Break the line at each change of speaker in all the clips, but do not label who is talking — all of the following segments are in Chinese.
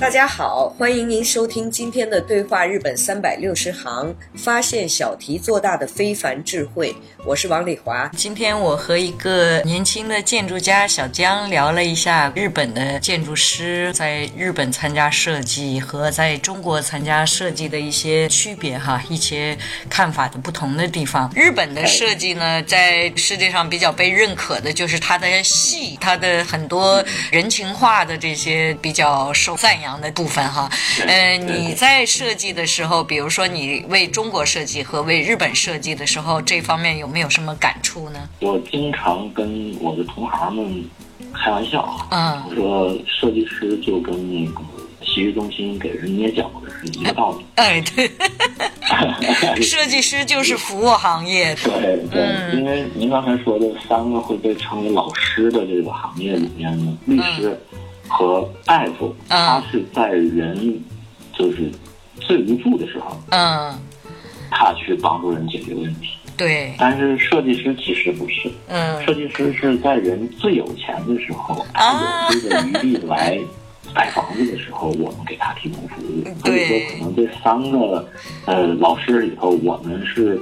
大家好，欢迎您收听今天的《对话日本三百六十行》，发现小题做大的非凡智慧。我是王丽华。
今天我和一个年轻的建筑家小江聊了一下日本的建筑师在日本参加设计和在中国参加设计的一些区别哈，一些看法的不同的地方。日本的设计呢，在世界上比较被认可的就是它的细，它的很多人情化的这些比较受赞扬的部分哈。呃，你在设计的时候，比如说你为中国设计和为日本设计的时候，这方面有没有什么感触呢？
我经常跟我的同行们开玩笑啊，
嗯。
我说设计师就跟那个洗浴中心给人捏脚是一个道理。
哎，对，设计师就是服务行业的，
对
嗯
对，因为您刚才说的三个会被称为老师的这个行业里面呢，
嗯
律师和大夫，他是在人就是最无助的时候，
嗯，
他去帮助人解决问题。
对，
但是设计师其实不是，
嗯
设，计师是在人最有钱的时候，
啊
他有这个余地来买房子的时候，我们给他提供服务。所以说，可能这三个呃老师里头，我们是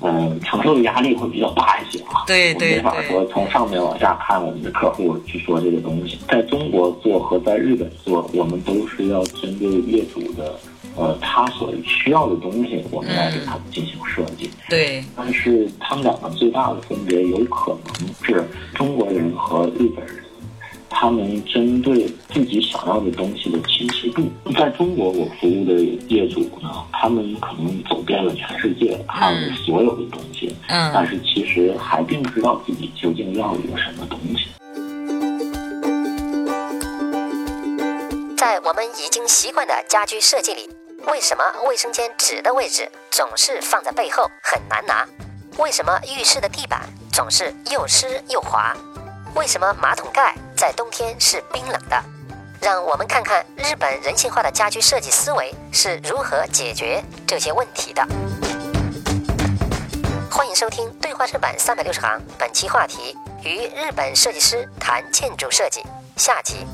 呃承受的压力会比较大一些啊。
对
我们没
对
法
对
说从上面往下看我们的客户去说这个东西。在中国做和在日本做，我们都是要针对业主的呃他所需要的东西，我们来给他们进行设计。
对，
但是他们两个最大的分别，有可能是中国人和日本人，他们针对自己想要的东西的清晰度。在中国，我服务的业主呢，他们可能走遍了全世界，看了所有的东西，但
嗯，
是其实还并不知道自己究竟要一个什么东西。
在我们已经习惯的家居设计里，为什么卫生间纸的位置总是放在背后，很难拿？为什么浴室的地板总是又湿又滑？为什么马桶盖在冬天是冰冷的？让我们看看日本人性化的家居设计思维是如何解决这些问题的。欢迎收听《对话日本三百六十行》，本期话题与日本设计师谈建筑设计，下集。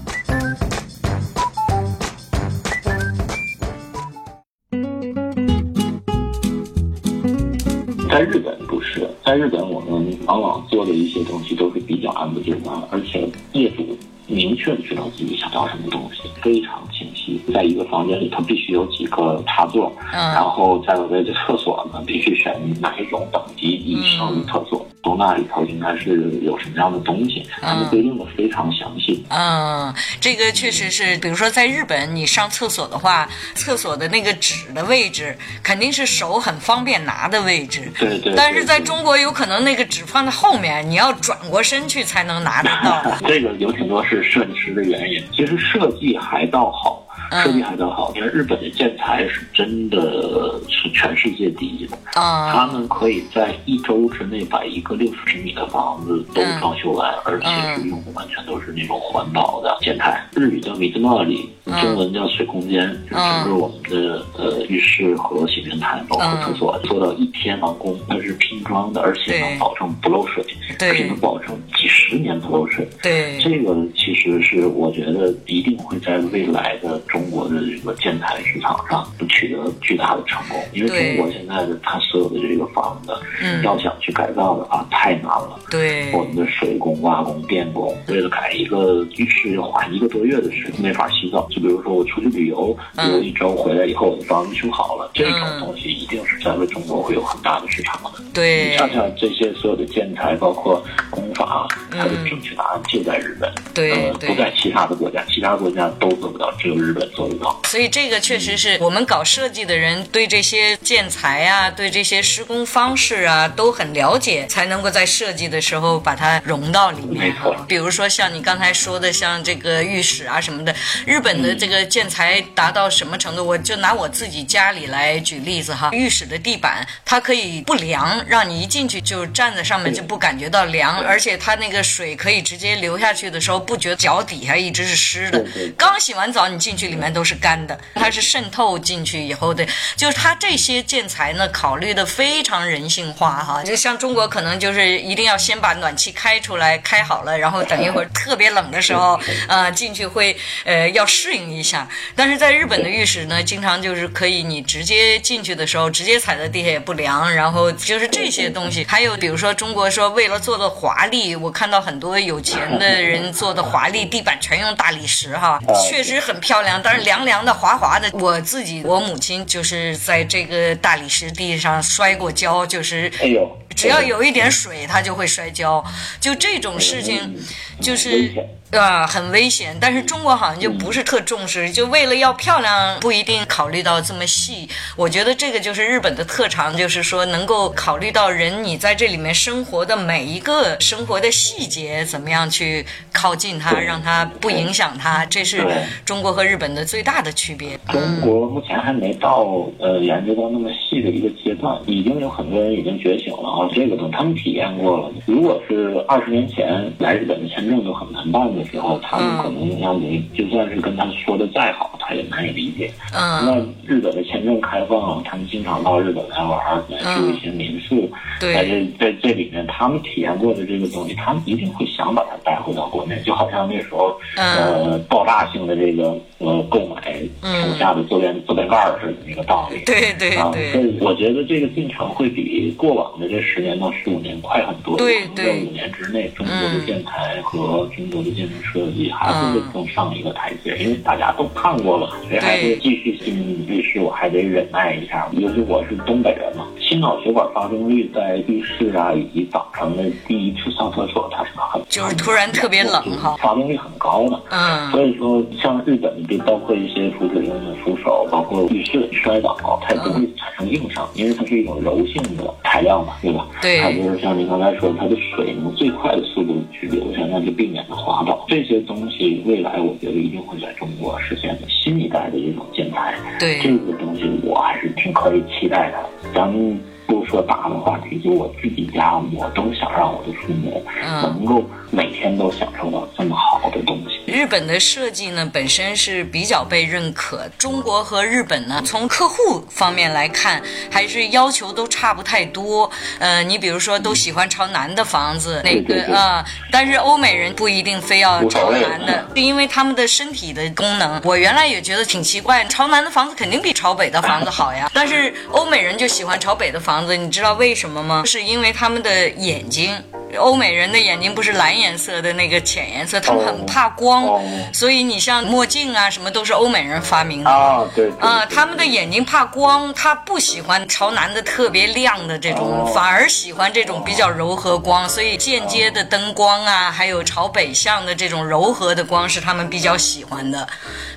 在日本不是，在日本我们往往做的一些东西都是比较按部就班，而且业主明确地知道自己想要什么东西，非常清晰。在一个房间里头必须有几个插座，然
嗯，
后在我的这厕所呢，必须选哪一种等级以上
嗯
的厕所，从那里头应该是有什么样的东西，他们规定的非常详细。
嗯，这个确实是，比如说在日本，你上厕所的话，厕所的那个纸的位置肯定是手很方便拿的位置，
对对，
但是在
对
中国有可能那个纸放在后面，你要转过身去才能拿得 到，
这个有挺多是设计师的原因。其实设计还倒好，
嗯
设计还倒好，因为日本的建材是真的是全世界第一的，他
啊，
们可以在一周之内把一个六十平米的房子都
嗯
装修完，而且是用的完全都是那种环保的建材。日语叫米字帽里，
嗯
中文叫水空间，就整个我们的呃浴室和洗面台，包括
嗯
厕所，做到一天完工，它是拼装的，而且
对
能保证不漏水，而且
对
能保证几十年不漏水。
对，
这个其实是我觉得一定会在未来的中国的这个建材市场上取得巨大的成功，因为
对
中国现在的它所有的这个房子，
嗯
要想去改造的话太难了。
对，
我们的啊水工、瓦工、电工，为了改一个浴室要花一个多月的时间，没法洗澡，就比如说我出去旅游，
嗯
旅游一周回来以后，我的房子修好了，这
嗯
种东西一定是咱们中国会有很大的市场的。你
对
想想这些所有的建材，包括工法，它的
嗯
正确答案就在日本，
对
呃不在
对，
其他的国家，其他国家都做不到，只有日本做得到。
所以这个确实是我们搞设计的人对这些建材啊，对这些施工方式啊都很了解，才能够在设计的时候把它融到里面
没
哈
错。
比如说像你刚才说的，像这个浴室啊什么的，日本的这个建材达到什么程度？我就拿我自己家里来举例子哈，浴室的地板它可以不凉，让你一进去就站在上面
对
就不感觉到凉，
对
而且它那个水可以直接流下去的时候，不觉得脚底下一直是湿的
对对对。
刚洗完澡，你进去里面都是干的，它是渗透进去以后的，就是它这些建材呢，考虑的非常人性化哈。
嗯
就像中国可能就是一定要先把暖气开出来，开好了，然后等一会儿特别冷的时候，呃，进去会呃要适应一下。但是在日本的浴室呢，经常就是可以你直接进去的时候，直接踩在地下也不凉，然后就是这些东西。还有比如说中国说为了做的华丽，我看到很多有钱的人做的华丽地板全用大理石哈，
啊
确实很漂亮，但是凉凉的、滑滑的。我自己我母亲就是在这个大理石地上摔过跤，就是
哎呦，
只要有一点水，它就会摔跤。就这种事情，就是
嗯危险
啊，很危险。但是中国好像就不是特重视，就为了要漂亮，不一定考虑到这么细。我觉得这个就是日本的特长，就是说能够考虑到人你在这里面生活的每一个生活的细节，怎么样去靠近它，让它不影响它，这是
对
中国和日本的最大的区别。
中国目前还没到呃研究到那么细的一个阶段，已经有很多人已经觉醒了啊，这个等他们体验过了。如果是二十年前来日本的签证就很难办的时候，他们可能像你就算是跟他说的再好，他也难以理解。
嗯，
那日本的签证开放，他们经常到日本来玩儿，来住一些民宿，在
对，
这在这里面，他们体验过的这个东西，他们一定会想把它带回到国内，就好像那时候、
嗯
呃爆炸性的这个呃购买
嗯
城下的坐便坐便盖儿似的那个道理。
对对
啊，所
对，
以我觉得这个进程会比过往的这十年到十五年快很多。
对
可能
对嗯
在五年之内，中国的建材和中国的建筑设计还会更上一个台阶，因为大家都看过了，谁还
对
会继续进浴室？我还得忍耐一下。尤其我是东北人嘛，心脑血管发病率在浴室啊以及早晨的第一次上厕所，它是很
就是突然特别冷哈
发病率很高的。
嗯。
所以说，像日本就包括一些扶水用的扶手，包括浴室摔倒，啊它也不会产生硬伤，因为它是一种柔性的材料嘛，对吧？
对
它就是像您刚才说，它的水能最快的速度去流下，那就避免了滑倒。这些东西未来我觉得一定会在中国实现的新一代的这种建材，
对
这个东西我还是挺可以期待的。咱们不说大的话题，就我自己家，我都想让我的父母
嗯
能够每天都享受到这么好的东西。
日本的设计呢本身是比较被认可，中国和日本呢从客户方面来看，还是要求都差不太多。呃，你比如说都喜欢朝南的房子，哪
对对
个
对
啊、但是欧美人不一定非要
无
朝
所谓
南 的，是因为他们的身体的功能。我原来也觉得挺奇怪，朝南的房子肯定比朝北的房子好呀， 但是欧美人就喜欢朝北的房子，你知道为什么吗？是因为他们的眼睛。欧美人的眼睛不是蓝颜色的那个浅颜色，他们很
哦
怕光，
哦
所以你像墨镜啊什么都是欧美人发明的。
啊，对对
啊、
对
他们的眼睛怕光，他不喜欢朝南的特别亮的这种，
哦
反而喜欢这种比较柔和光，所以间接的灯光啊，还有朝北向的这种柔和的光是他们比较喜欢的。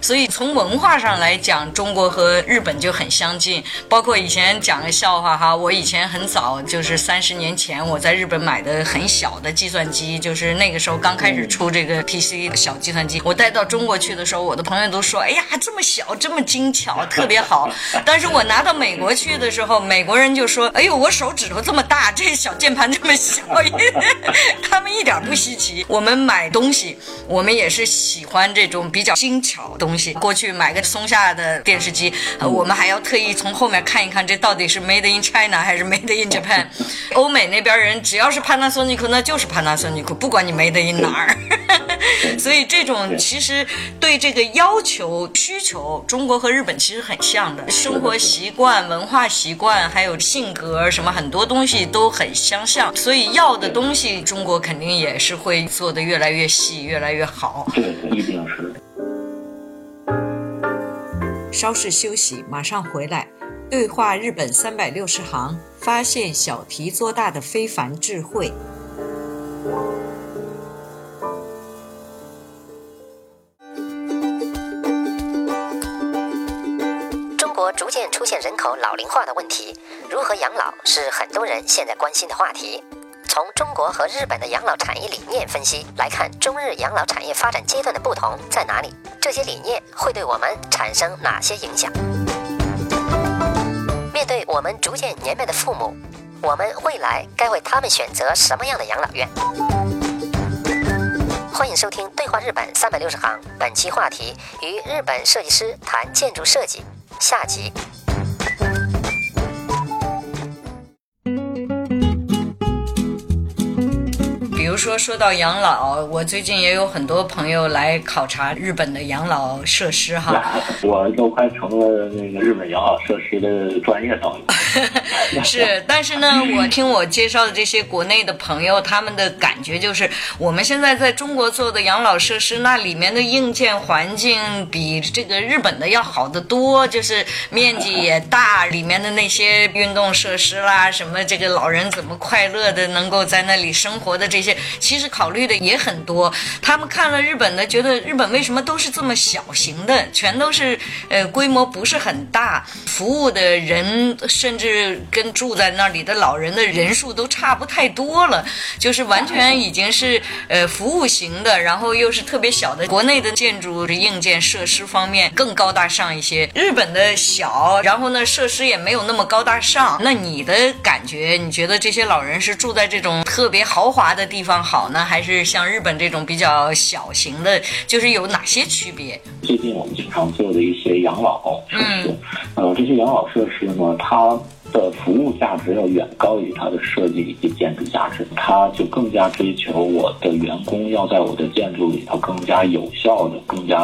所以从文化上来讲，中国和日本就很相近。包括以前讲个笑话哈，我以前很早就是三十年前，我在日本买的很小的计算机，就是那个时候刚开始出这个 PC 小计算机。我带到中国去的时候，我的朋友都说：“哎呀，这么小，这么精巧，特别好。”但是我拿到美国去的时候，美国人就说：“哎呦，我手指头这么大，这小键盘这么小。” 他们一点不稀奇。我们买东西，我们也是喜欢这种比较精巧的东西。过去买个松下的电视机，呃，我们还要特意从后面看一看，这到底是 Made in China 还是 Made in Japan。欧美那边人只要是 Panasonic，那就是 Panasonic，不管你 Made in 哪儿。所以这种其实对这个要求需求，中国和日本其实很像的，生活习惯、文化习惯，还有性格什么很多东西都很相像，所以要的东西中国肯定也是会做的越来越细，越来越好。
对，一定是。
稍事休息，马上回来。对话日本三百六十行，发现小题做大的非凡智慧。
中国逐渐出现人口老龄化的问题，如何养老是很多人现在关心的话题。从中国和日本的养老产业理念分析来看，中日养老产业发展阶段的不同在哪里？这些理念会对我们产生哪些影响？面对我们逐渐年迈的父母，我们未来该为他们选择什么样的养老院？欢迎收听《对话日本三百六十行》，本期话题与日本设计师谈建筑设计，下集。
比如说，说到养老，我最近也有很多朋友来考察日本的养老设施哈。
我都快成了那个日本养老设施的专业导游。
是，但是呢，我听我介绍的这些国内的朋友，他们的感觉就是，我们现在在中国做的养老设施，那里面的硬件环境比这个日本的要好得多，就是面积也大，里面的那些运动设施啦，什么这个老人怎么快乐的能够在那里生活的这些，其实考虑的也很多。他们看了日本的，觉得日本为什么都是这么小型的，全都是呃规模不是很大，服务的人甚至跟住在那里的老人的人数都差不太多了，就是完全已经是呃服务型的，然后又是特别小的。国内的建筑硬件设施方面更高大上一些，日本的小，然后呢设施也没有那么高大上。那你的感觉，你觉得这些老人是住在这种特别豪华的地方好呢，还是像日本这种比较小型的？就是有哪些区别？
最近我们经常做的一些养老设施，呃，这些养老设施呢，它的服务价值要远高于它的设计以及建筑价值，它就更加追求我的员工要在我的建筑里头更加有效的、更加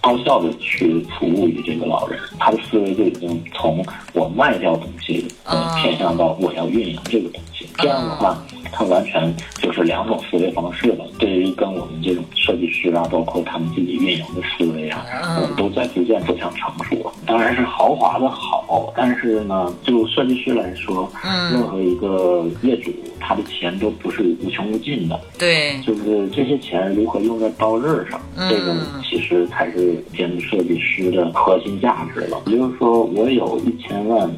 高效的去服务于这个老人。他的思维就已经从我卖掉东西，呃，
啊
偏向到我要运营这个东西。这样的话，它完全就是两种思维方式了。对于跟我们这种设计师啊，包括他们自己运营的思维啊，
嗯
我们都在逐渐走向成熟。当然是豪华的好，但是呢，就设计师来说，
嗯
任何一个业主他的钱都不是无穷无尽的，
对，
就是这些钱如何用在刀刃上，
嗯
这个其实才是建筑设计师的核心价值了。也就是说，我有一千万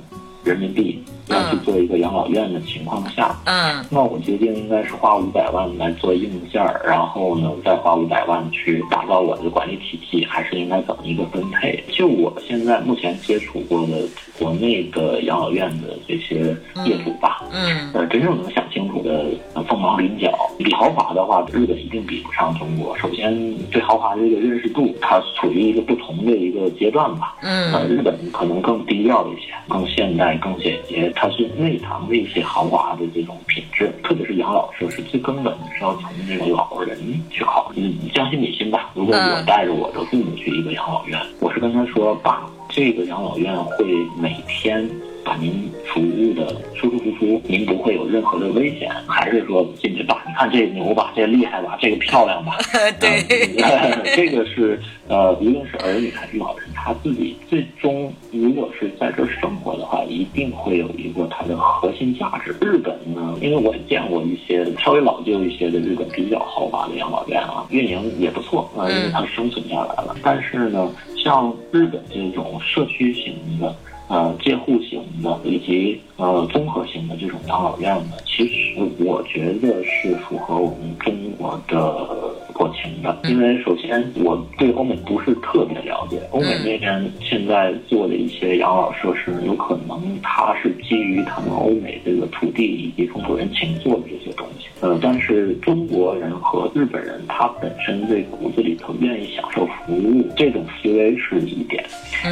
人民币要去做一个养老院的情况下，
嗯
那我决定应该是花五百万来做硬件儿，然后呢再花五百万去打造我的管理体系，还是应该怎么一个分配？就我现在目前接触过的国内的养老院的这些业主吧，
嗯。
呃，真正能想清楚的呃凤毛麟角。比豪华的话，日本一定比不上中国。首先，对豪华的这个认识度，它处于一个不同的一个阶段吧。
嗯
呃，日本可能更低调一些，更现代、更简洁，它是内藏的一些豪华的这种品质，特别是养老设施，最根本的是要从这个老人去考虑。你将心比心吧，如果我带着我的父母去一个养老院，我是跟他说，爸，这个养老院会每天。把您服务的舒舒服服，您不会有任何的危险，还是说进去吧？你看这牛吧，这厉害吧，这个漂亮吧，
对，
嗯这个是呃，无论是儿女还是老人，他自己最终如果是在这儿生活的话，一定会有一个它的核心价值。日本呢，因为我也见过一些稍微老旧一些的日本比较豪华的养老院啊，运营也不错啊、呃因为它生存下来了。但是呢，像日本这种社区型的。呃，借户型的以及呃综合型的这种养老院呢，其实我觉得是符合我们中国的国情的，因为首先我对欧美不是特别了解，欧美那边现在做的一些养老设施，有可能它是基于他们欧美这个土地以及风土人情做的这些东西，呃，但是中国人和日本人他本身对骨子里头愿意享受服务这种思维是一点，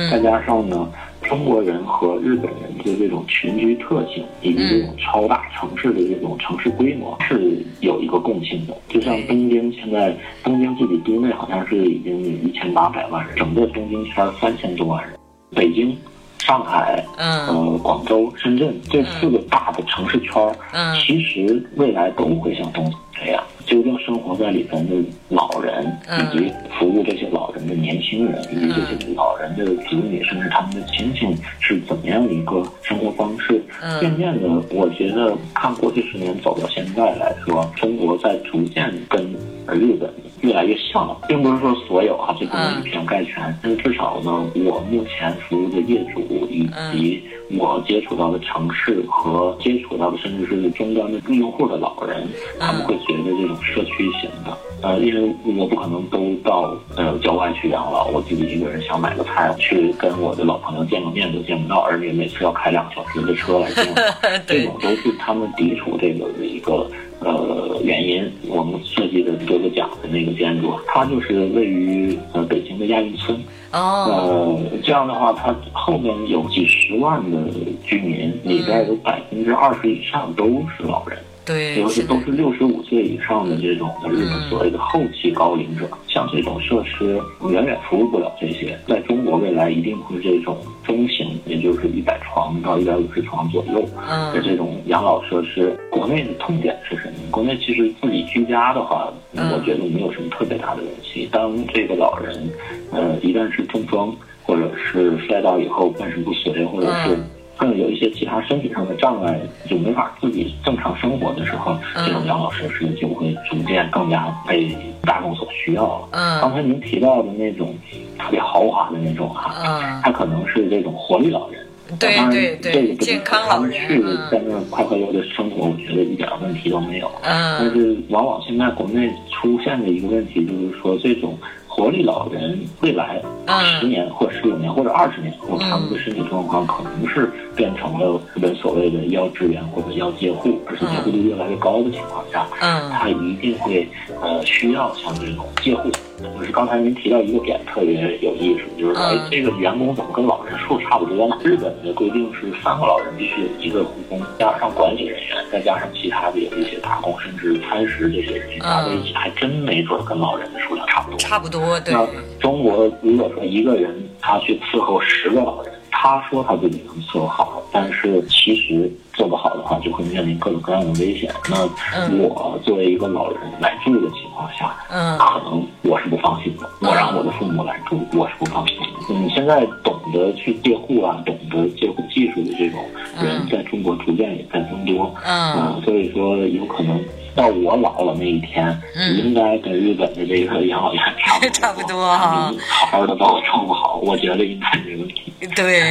再加上呢，中国人和日本人的这种群居特性，以及这种超大城市的这种城市规模是有一个共性的。就像东京现在，东京自己都内好像是已经一千八百万人，整个东京圈三千多万人，北京、上海、
嗯
呃广州、深圳这四个大的城市圈儿，
嗯
其实未来都会像东京这样。就究竟生活在里边的老人，
嗯
以及服务这些老人的年轻人，以及这些老人的子女，甚至他们的亲戚是怎么样一个生活方式。
嗯
渐渐的，我觉得看过去十年走到现在来说，中国在逐渐跟日本越来越像了，并不是说所有啊，这不能以偏概
嗯
全，但是至少呢，我目前服务的业主以及我接触到的城市和接触到的甚至是终端的用户的老人，他们会觉得这种社区型的。呃，因为我不可能都到呃郊外去养老，我自己一个人想买个菜去跟我的老朋友见个面都见不到，而且每次要开两个小时的车来见我。这
对
种，都是他们抵触这个的一个呃原因。我们设计的多个甲的那个建筑，它就是位于呃北京的亚运村。
哦，
呃，这样的话，它后面有几十万的居民，里边有百分之二十以上都是老人。
对，
尤其
是的嗯
都，是六十五岁以上的这种的日本所谓的后期高龄者，像这种设施远远服务不了这些。在中国未来一定会这种中型，也就是一百床到一百五十床左右的这种养老设施。国内的痛点是什么？国内其实自己居家的话，
嗯
我觉得没有什么特别大的问题。当这个老人，呃，一旦是中风或者是摔倒以后半身不遂，或者是
嗯
更有一些其他身体上的障碍，就没法自己正常生活的时候，
嗯
这种养老设施就会逐渐更加被大众所需要了。刚
嗯
才您提到的那种特别豪华的那种啊，
嗯，
它可能是这种活力老人，
对
当然
对
这
对，
个不
健
能
康
说他
老
们
人
是，在
嗯
那儿快快乐乐生活，我觉得一点儿问题都没有。但
嗯
是往往现在国内出现的一个问题就是说，这种活力老人未来
嗯
十年或十五年或者二十年后，他们的身体状况可能是变成了日本所谓的要支援或者要介护，而且介护率越来越高的情况下，
嗯
他一定会呃需要像这种介护。就是刚才您提到一个点特别有意思，就是说、
嗯
哎这个员工怎么跟老人数差不多呢？日本的规定是三个老人必须有一个护工，加上管理人员，再加上其他的有一些打工甚至餐食这些人，加在一起还真没准跟老人的数量差不多。
差不多，对，
那中国如果说一个人他去伺候十个老人，他说他自己能伺候好，但是其实做不好的话，就会面临各种各样的危险。那
嗯
我作为一个老人来住的情况下，
嗯
可能我是不放心的。我让我的父母来住，我是不放心的。嗯，现在懂得去借户啊，懂得借户技术的这种人
嗯，
在中国逐渐也在增多。
嗯
嗯，所以说有可能到我老了那一天，
嗯
应该跟日本的这个养老院差不多，
差不多啊哈
嗯好好的把我照顾好，我觉得应该没问题。
对。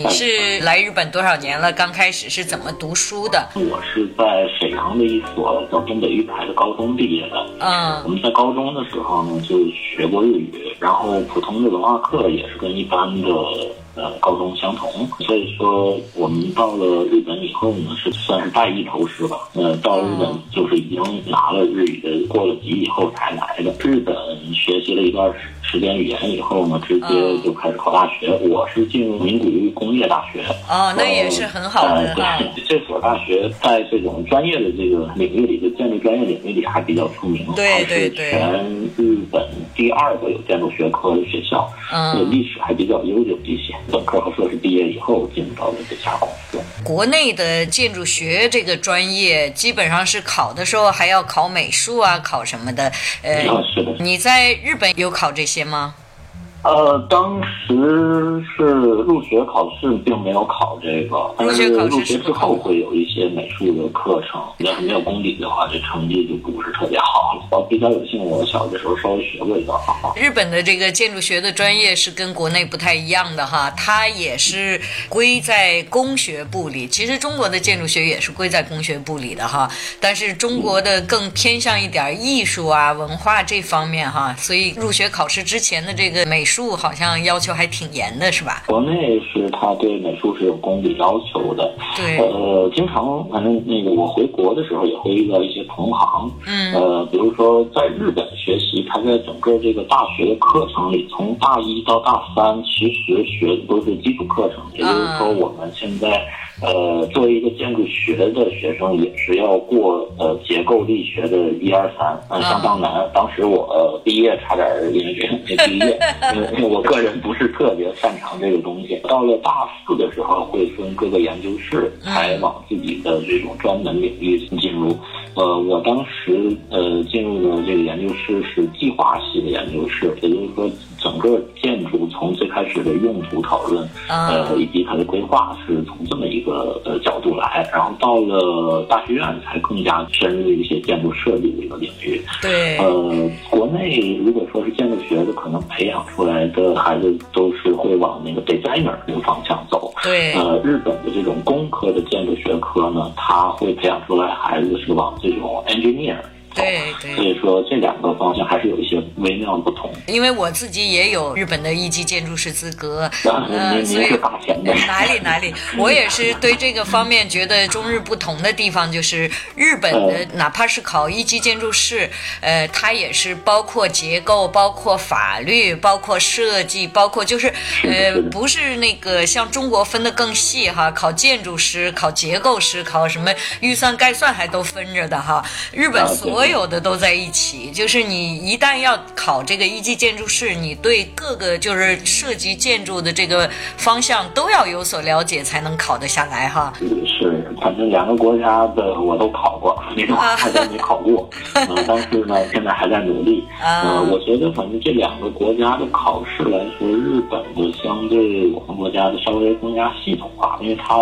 你是来日本多少年了？刚开始是怎么读书的？
我是在沈阳的一所叫东北育才的高中毕业的。我
嗯
们在高中的时候呢，就学过日语，然后普通的文化课也是跟一般的呃高中相同，所以说我们到了日本以后呢，是算是拜一头师吧。呃，到日本就是已经拿了日语的过了级以后才来的。日本学习了一段时间语言以后呢，直接就开始考大学。我是进入名古屋工业大学，
哦，那也是很好的哈
呃。对，这所大学在这种专业的这个领域里的建筑专业领域里还比较出名，
对
还是
对对
全日本第二个有建筑学科的学校，所以
嗯，
历史还比较悠久一些。本科和硕士毕业以后进入到了这家公司。
国内的建筑学这个专业，基本上是考的时候还要考美术啊，考什么的。呃，
啊，是的，
你在日本有考这些吗？
呃，当时是入学考试并没有考这个，但是
入学考试
入学
是不
之
考
后
的
会有一些美术的课程。要是没有功底的话，这成绩就不是特别好了。我比较有幸，我小的时候稍微学过一段画画。
日本的这个建筑学的专业是跟国内不太一样的哈，它也是归在工学部里。其实中国的建筑学也是归在工学部里的哈，但是中国的更偏向一点儿艺术啊、文化这方面哈，所以入学考试之前的这个美术好像要求还挺严的，是吧？
国内是他对美术是有功底要求的，
对，
呃，经常反正那个我回国的时候也会遇到一些同行，
嗯
呃，比如说在日本学习，他在整个这个大学的课程里，从大一到大三，其实学的都是基础课程，也就是说我们现在。呃，作为一个建筑学的学生，也是要过呃结构力学的一二三，嗯，相当难。当时我、呃、毕业差点儿因为这个没毕业，因为因为我个人不是特别擅长这个东西。到了大四的时候，会分各个研究室，才往自己的这种专门领域进入。呃，我当时呃进入的这个研究室是计划系的研究室，也就是说，整个建筑从最开始的用途讨论，
啊
呃，
嗯
以及它的规划是从这么一个呃角度来，然后到了大学院才更加深入一些建筑设计的一个领域。
对，嗯
呃，国内如果说是建筑学的，可能培养出来的孩子都是会往那个 designer 那个方向走。
对，
呃，日本的这种工科的建筑学科呢，它会培养出来孩子是往这种 engineer 走。
对，对。
所以说这两个方向还是有一些微妙的不同。
因为我自己也有日本的一级建筑师资格，
那
嗯，
您
所
您
以
是大前辈，
哪里哪 里，我也是对这个方面觉得中日不同的地方，就是日本的
嗯
哪怕是考一级建筑师，呃，它也是包括结构、包括法律、包括设计、包括就是
是的
呃
是，的
不是那个像中国分的更细哈，考建筑师、考结构师、考什么预算概算还都分着的哈。日本
啊对
所有的都在一起，就是你一旦要考这个一级建筑师，你对各个就是涉及建筑的这个方向都要有所了解，才能考得下来哈。
是，反正两个国家的我都考过，那种
啊
还真没考 过。嗯、但是呢，现在还在努力。
啊
呃，我觉得反正这两个国家的考试来说，日本的相对我们国家的稍微更加系统化，因为他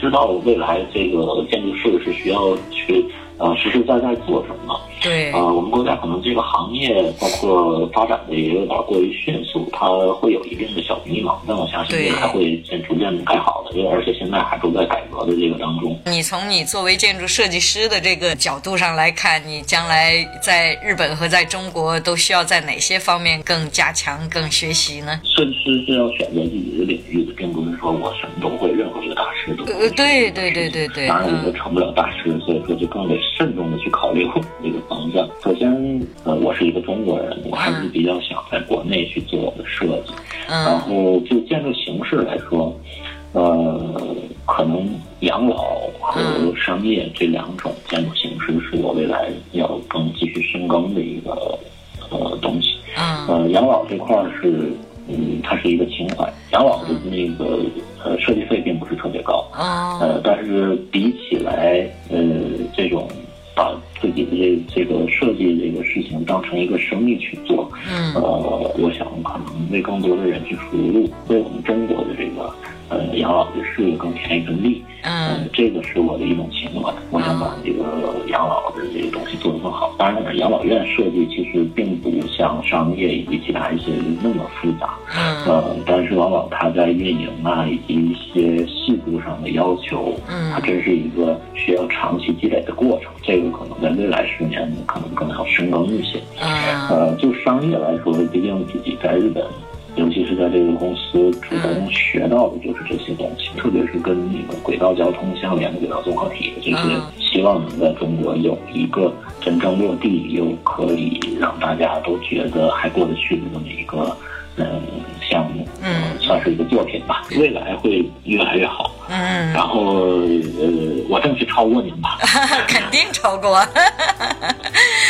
知道未来这个建筑师是需要去呃实实在在做什么。
对
呃，我们国家可能这个行业包括发展的也有点过于迅速，它会有一定的小迷茫，但我相信
对
这个还会逐渐改好的，因为而且现在还都在改革的这个当中。
你从你作为建筑设计师的这个角度上来看，你将来在日本和在中国都需要在哪些方面更加强、更学习呢？
设计师是要选择自己的领域的，并不是说我什么都会，任何一个大师都会
呃，对对对对对，
当然我就
嗯，
成不了大师，所以说就更得慎重的去考虑我们这个方向。首先，呃，我是一个中国人，我还是比较想在国内去做我的设计。然
嗯，
后就建筑形式来说，呃，可能养老和
嗯
商业这两种建筑形式是我未来要更继续深耕的一个呃东西。
嗯，
呃，养老这块儿是，嗯，它是一个情怀。养老的那个呃设计费并不是特别高，
哦，
呃，但是比起来，呃，这种把自己的这这个设计这个事情当成一个生意去做，
嗯
呃，，我想可能为更多的人去服务，为我们中国的这个呃养老的事业更添一份力。
嗯，
这个是我的一种情怀，我想把这个养老的这个东西做得更好。当然，养老院设计其实并不像商业以及其他一些那么复杂，
嗯，
呃，但是往往它在运营啊以及一些细部上的要求，
嗯
它真是一个需要长期积累的过程。这个可能在未来十年可能更要深耕一些。
嗯，
呃，就商业来说，毕竟自己在日本，尤其是在这个公司主
嗯
动学到的就是这些东西，特别是跟那个轨道交通相连的轨道综合体，就是
嗯
希望能在中国有一个真正落地，又可以让大家都觉得还过得去的这么一个嗯项目，呃
嗯
算是一个作品吧，未来会越来越好。
嗯，
然后呃，我争取超过您 吧。
肯定超过。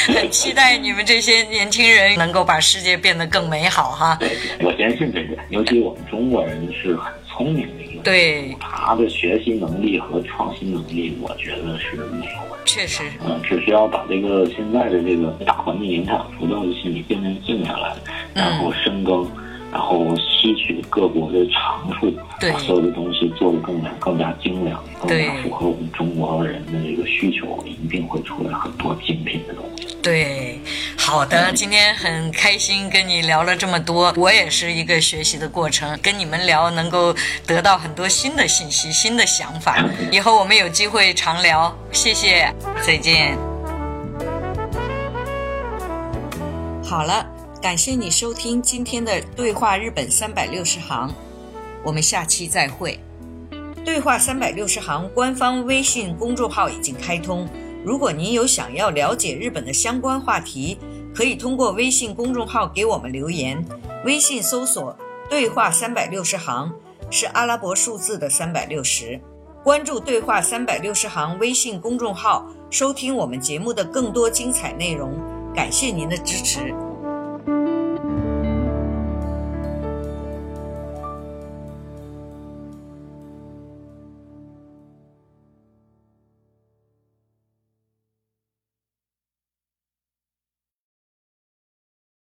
很期待你们这些年轻人能够把世界变得更美好哈。
对，我坚信这个，尤其我们中国人是很聪明的一个。。
对，
他的学习能力和创新能力，我觉得是没有问题。
确实，
嗯，只需要把这个现在的这个大环境影响浮躁的心理渐渐静下来，然
嗯
后深耕，然后吸取各国的长处，
对
把所有的东西做得更加更加精良，更加
对
符合我们中国人的这个需求，一定会出来很多精品的东西。
对，好的，今天很开心跟你聊了这么多，我也是一个学习的过程，跟你们聊能够得到很多新的信息、新的想法，以后我们有机会常聊，谢谢，嗯再见。好了，感谢你收听今天的《对话日本三百六十行》，我们下期再会。对话三百六十行官方微信公众号已经开通，如果您有想要了解日本的相关话题，可以通过微信公众号给我们留言。微信搜索“对话三百六十行”是阿拉伯数字的三百六十。关注“对话三百六十行”微信公众号，收听我们节目的更多精彩内容。感谢您的支持。